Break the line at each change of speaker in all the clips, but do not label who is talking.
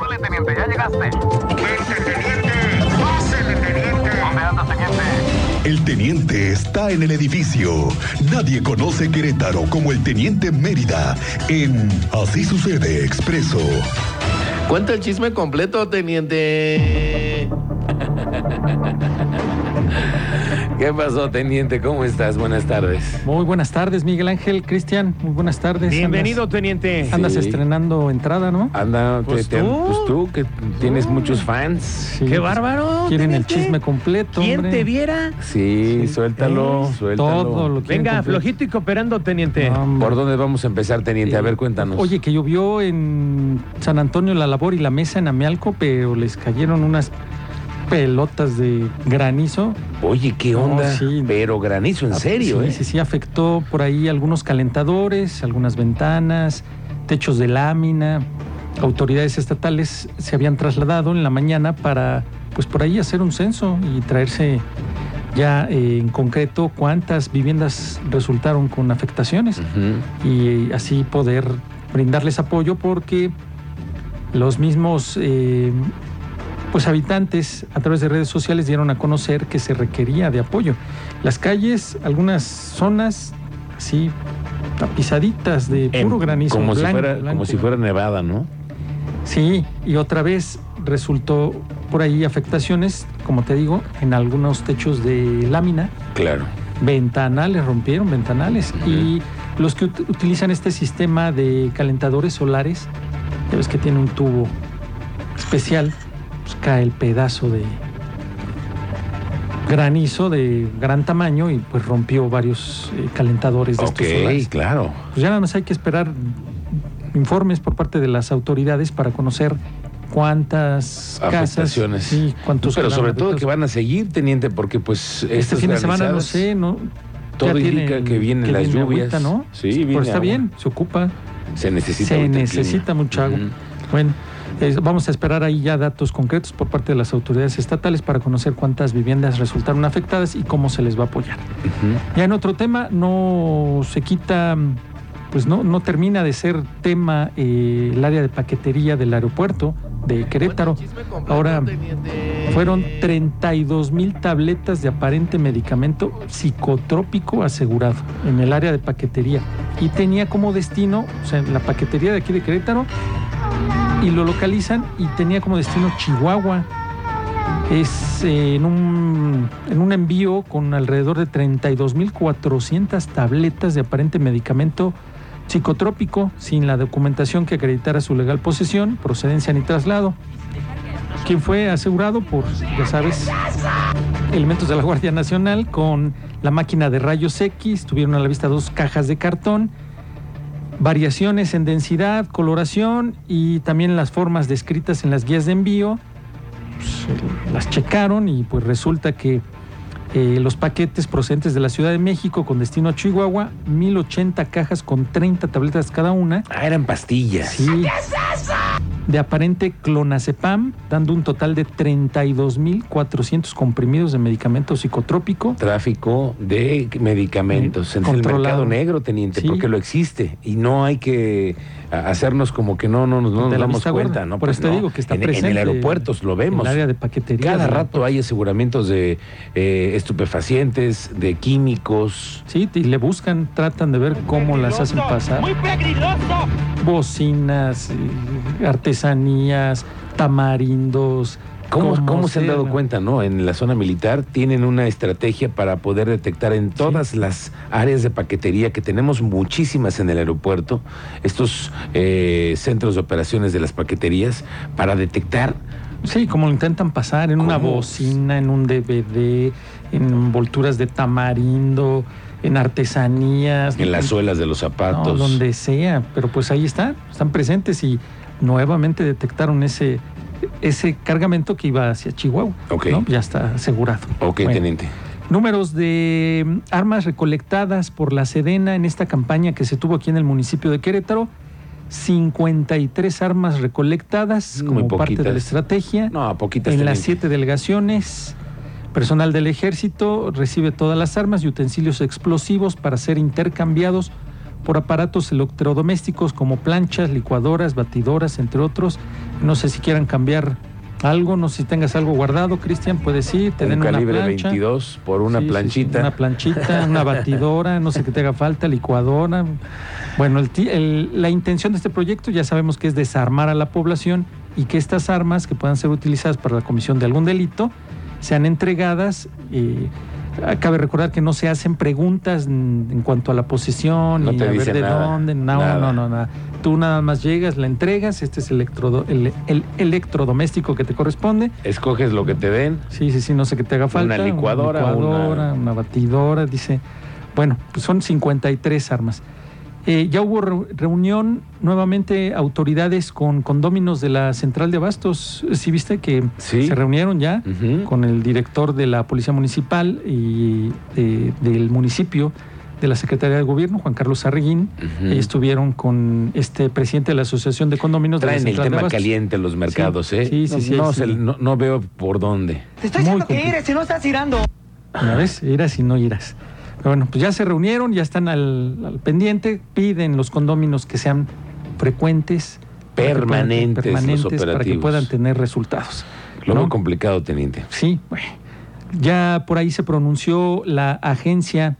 Pásele, teniente, ya llegaste.
¡Vente, teniente! ¡Pásele, teniente!
¿Dónde andas, teniente?
El teniente está en el edificio. Nadie conoce Querétaro como el teniente Mérida en Así sucede expreso.
Cuenta el chisme completo, teniente.
¿Qué pasó, teniente? ¿Cómo estás? Buenas tardes.
Muy buenas tardes, Miguel Ángel, Cristian, muy buenas tardes.
Bienvenido, teniente.
Andas, andas
Sí.
estrenando entrada, ¿no?
Anda,
Pues
te- te-
tú.
pues tú, que tienes muchos fans.
Sí,
¡Qué
pues,
bárbaro!
Quieren el
teniente.
chisme completo,
¿Quién
hombre.
te viera?
Sí, suéltalo,
Es
suéltalo.
eh, Todo lo quieren
Venga,
completo.
flojito y cooperando, teniente.
No, Ah, hombre.
¿Por dónde vamos a empezar, teniente? A ver, cuéntanos.
Oye, que llovió en San Antonio la labor y la mesa en Amialco, pero les cayeron unas pelotas de granizo.
Oye, ¿qué
No,
onda?
sí.
Pero granizo, en
Ah,
serio,
sí,
¿eh?
Sí, sí, afectó por ahí algunos calentadores, algunas ventanas, techos de lámina. Autoridades estatales se habían trasladado en la mañana para, pues por ahí hacer un censo y traerse ya eh, en concreto cuántas viviendas resultaron con afectaciones
Ujú.
y así poder brindarles apoyo porque los mismos eh, pues habitantes a través de redes sociales dieron a conocer que se requería de apoyo. Las calles, algunas zonas, sí, tapizaditas de
En-
puro granizo.
Como, si
blanco,
fuera,
blanco.
como si fuera nevada, ¿no?
Sí, y otra vez resultó por ahí afectaciones, como te digo, en algunos techos de lámina
Claro.
ventanales, rompieron ventanales.
Ujú.
Y los que ut- utilizan este sistema de calentadores solares, ya ves que tiene un tubo especial, pues cae el pedazo de granizo de gran tamaño y pues rompió varios eh, calentadores de
Ok,
estos solares.
claro.
Pues ya nada más hay que esperar informes por parte de las autoridades para conocer cuántas casas
Afectaciones.
sí, cuántos
Pero sobre
quedaron
todo
afectados.
que van a seguir, teniente, porque pues
Este
estas
fin de semana no
granizadas-
sé, no.
todo
Ya tienen-
indica que vienen las
viene
lluvias.
agüita, ¿no?
Sí,
Pero
viene
está
agua.
bien, se ocupa.
Se necesita,
se
ahorita el
necesita
clima.
mucha agua.
Ujú.
Bueno, es- vamos a esperar ahí ya datos concretos por parte de las autoridades estatales para conocer cuántas viviendas resultaron afectadas y cómo se les va a apoyar.
Ujú.
Ya en otro tema, no se quita, pues no, no termina de ser tema eh, el área de paquetería del aeropuerto de Querétaro. Ahora fueron 32 mil tabletas de aparente medicamento psicotrópico asegurado en el área de paquetería y tenía como destino, o sea, en la paquetería de aquí de Querétaro y lo localizan y tenía como destino Chihuahua. Es eh, en, un, en un envío con alrededor de 32.400 tabletas de aparente medicamento psicotrópico sin la documentación que acreditara su legal posesión, procedencia ni traslado. Quien fue asegurado por, ya sabes, elementos de la Guardia Nacional con la máquina de rayos X. Tuvieron a la vista dos cajas de cartón, variaciones en densidad, coloración y también las formas descritas en las guías de envío. Pues, eh, las checaron y pues resulta que eh, los paquetes procedentes de la Ciudad de México con destino a Chihuahua, 1080 cajas con 30 tabletas cada una.
Ah, eran pastillas.
Sí. De aparente clonazepam, dando un total de 32.400 comprimidos de medicamento psicotrópico.
Tráfico de medicamentos en el
Controlado.
mercado negro, teniente,
Sí.
porque lo existe y no hay que a- hacernos como que no, no, nos- no
De
nos
la
damos
vista
cuenta,
gorda.
¿no?
Por
Pues
eso te
no.
digo que está
en, en
presente
el aeropuerto lo
en
vemos.
el área de paquetería.
Cada
del
rato hay aseguramientos de eh, estupefacientes, de químicos.
Sí, y le buscan, tratan de ver cómo las hacen pasar. ¡Muy peligroso! Bocinas, eh, artesanías, tamarindos.
¿Cómo,
como
cómo se han
sea,
dado
¿no?
cuenta, no? En la zona militar tienen una estrategia para poder detectar en todas las áreas de paquetería, que tenemos muchísimas en el aeropuerto, estos eh, centros de operaciones de las paqueterías, para detectar.
Sí, como lo intentan pasar en una
¿Cómo?
bocina, en un DVD, en envolturas de tamarindo, en artesanías.
En las suelas de los
No,
zapatos.
donde sea, pero pues ahí están, están presentes y nuevamente detectaron ese, ese cargamento que iba hacia Chihuahua.
Ok.
¿no? Ya está asegurado.
Ok,
Bueno,
teniente.
Números de mm, armas recolectadas por la Sedena en esta campaña que se tuvo aquí en el municipio de Querétaro. 53 armas recolectadas
Muy
como parte de
poquitas.
la estrategia.
No, a poquitas.
En las
teniente.
siete delegaciones, personal del ejército recibe todas las armas y utensilios explosivos para ser intercambiados por aparatos electrodomésticos como planchas, licuadoras, batidoras, entre otros. No sé si quieran cambiar algo, no sé si tengas algo guardado, Cristian, puedes ir, te den
un calibre
una plancha.
22 por una
Sí, sí, sí,
planchita.
una planchita, una batidora, no sé qué te haga falta, licuadora. Bueno, el ti- el- la intención de este proyecto ya sabemos que es desarmar a la población y que estas armas que puedan ser utilizadas para la comisión de algún delito sean entregadas. eh, Cabe recordar que no se hacen preguntas en en cuanto a la posesión,
No
ni
te
a ver
dicen
de
nada,
dónde, no,
nada.
no, no, nada. Tú nada más llegas, la entregas, este es electrodo- el, el electrodoméstico que te corresponde,
Escoges lo que te den.
Sí, sí, sí, no sé qué te haga falta.
Una licuadora,
Una, licuadora,
una-
una... batidora, dice. Bueno, pues son 53 armas. Eh, ya hubo re- reunión nuevamente autoridades con condóminos de la central de abastos. ¿Sí viste que
Sí.
se reunieron ya
Ujú.
con el director de la Policía Municipal y de- del municipio de la Secretaría de Gobierno, Juan Carlos Arreguín?
Ujú.
Eh, estuvieron con este presidente de la Asociación de Condóminos de
Traen
la
el
Central de
tema
Abastos.
caliente en los mercados, ¿eh?
sí, sí, sí,
no,
sí.
se- no- no veo por dónde.
Te estoy
Muy
diciendo que
complicado.
eres, si no estás girando.
Una vez, iras y no iras. Pero bueno, pues ya se reunieron, ya están al, al pendiente, piden los condóminos que sean frecuentes, para que puedan-
Permanentes los
para que
operativos.
puedan tener resultados.
Lo
¿no?
veo complicado, teniente.
Sí, bueno. Ya por ahí se pronunció la Agencia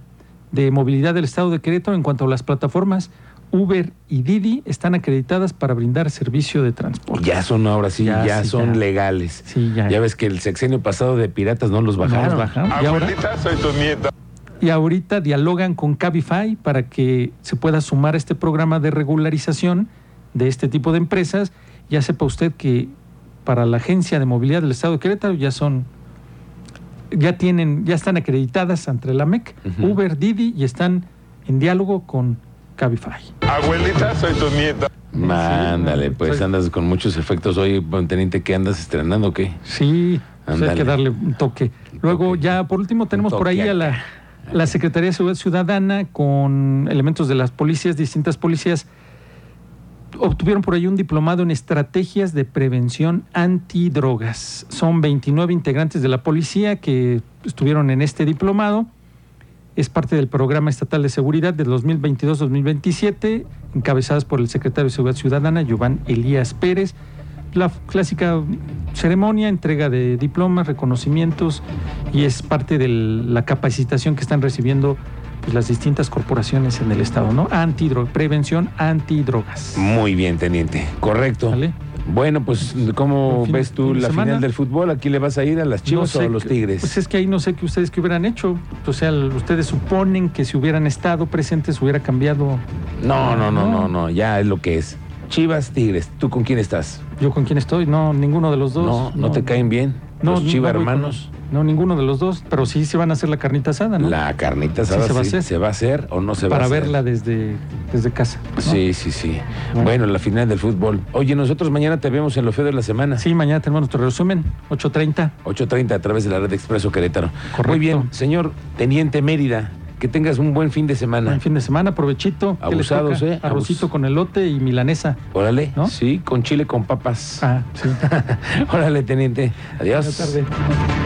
de Movilidad del Estado de Querétaro en cuanto a las plataformas Uber y Didi están acreditadas para brindar servicio de transporte.
Ya son ahora sí, ya,
Ya, sí,
son
ya.
legales.
Sí, ya.
Ya ves que el sexenio pasado de piratas no los
No los
bajaron.
bajaron. Y ahora-
soy tu nieta.
y ahorita dialogan con Cabify para que se pueda sumar a este programa de regularización de este tipo de empresas. Ya sepa usted que para la Agencia de Movilidad del Estado de Querétaro ya son ya tienen ya están acreditadas ante la MEC,
Ujú.
Uber, Didi y están en diálogo con Cabify.
Abuelita, soy tu nieta.
Mándale,
Sí,
pues
estoy-
andas con muchos efectos hoy, buen teniente, ¿qué andas estrenando o qué?
Sí, pues hay
Ándale.
que darle un toque. Luego
toque.
ya por último tenemos por ahí
toque
a la, la Secretaría de Seguridad Ciudadana con elementos de las policías, distintas policías. Obtuvieron por ahí un diplomado en estrategias de prevención antidrogas. Son 29 integrantes de la policía que estuvieron en este diplomado. Es parte del Programa Estatal de Seguridad del 2022-2027, encabezadas por el secretario de Seguridad Ciudadana, Giovanni Elías Pérez. La f- clásica ceremonia, entrega de diplomas, reconocimientos, y es parte de la capacitación que están recibiendo pues, las distintas corporaciones en el Estado, ¿no? Antidro prevención antidrogas.
Muy bien, teniente. Correcto.
¿Vale?
Bueno, pues, ¿cómo
Buen fin-
ves tú
fin de
la
semana.
final del fútbol? ¿Aquí le vas a ir a las
No
chivas
sé
o a los
qué-
tigres?
Pues es que ahí no sé qué ustedes que hubieran hecho. O sea, el- ustedes suponen que si hubieran estado presentes hubiera cambiado
No, no, no, no,
No.
no, ya es lo que es. Chivas, Tigres, ¿tú con quién estás?
yo con quién estoy. No, ninguno de los dos.
no, no, te caen bien.
No,
los
no
Chivas
voy con-
hermanos,
No, ninguno de los dos, pero sí se van a hacer la carnita asada, ¿no?
la carnita
Sí,
asada sí,
se va a hacer.
se va a hacer o no se va
Para
a hacer.
verla desde, desde casa. ¿no?
Sí, sí, sí.
Bueno.
Bueno, la final del fútbol. Oye, nosotros mañana te vemos en lo feo de la semana.
Sí, mañana tenemos nuestro resumen, 8.30.
8.30 a través de la red Expreso Querétaro.
Correcto.
Muy bien, señor Teniente Mérida, que tengas un buen fin de semana.
Buen fin de semana, provechito. ¿Qué les
Abusados,
toca?
¿eh?
Arrocito
Abus-
con elote y milanesa.
Órale,
¿No?
sí, con chile con papas.
Ah, sí.
Órale, Teniente. Adiós.
Buena tarde.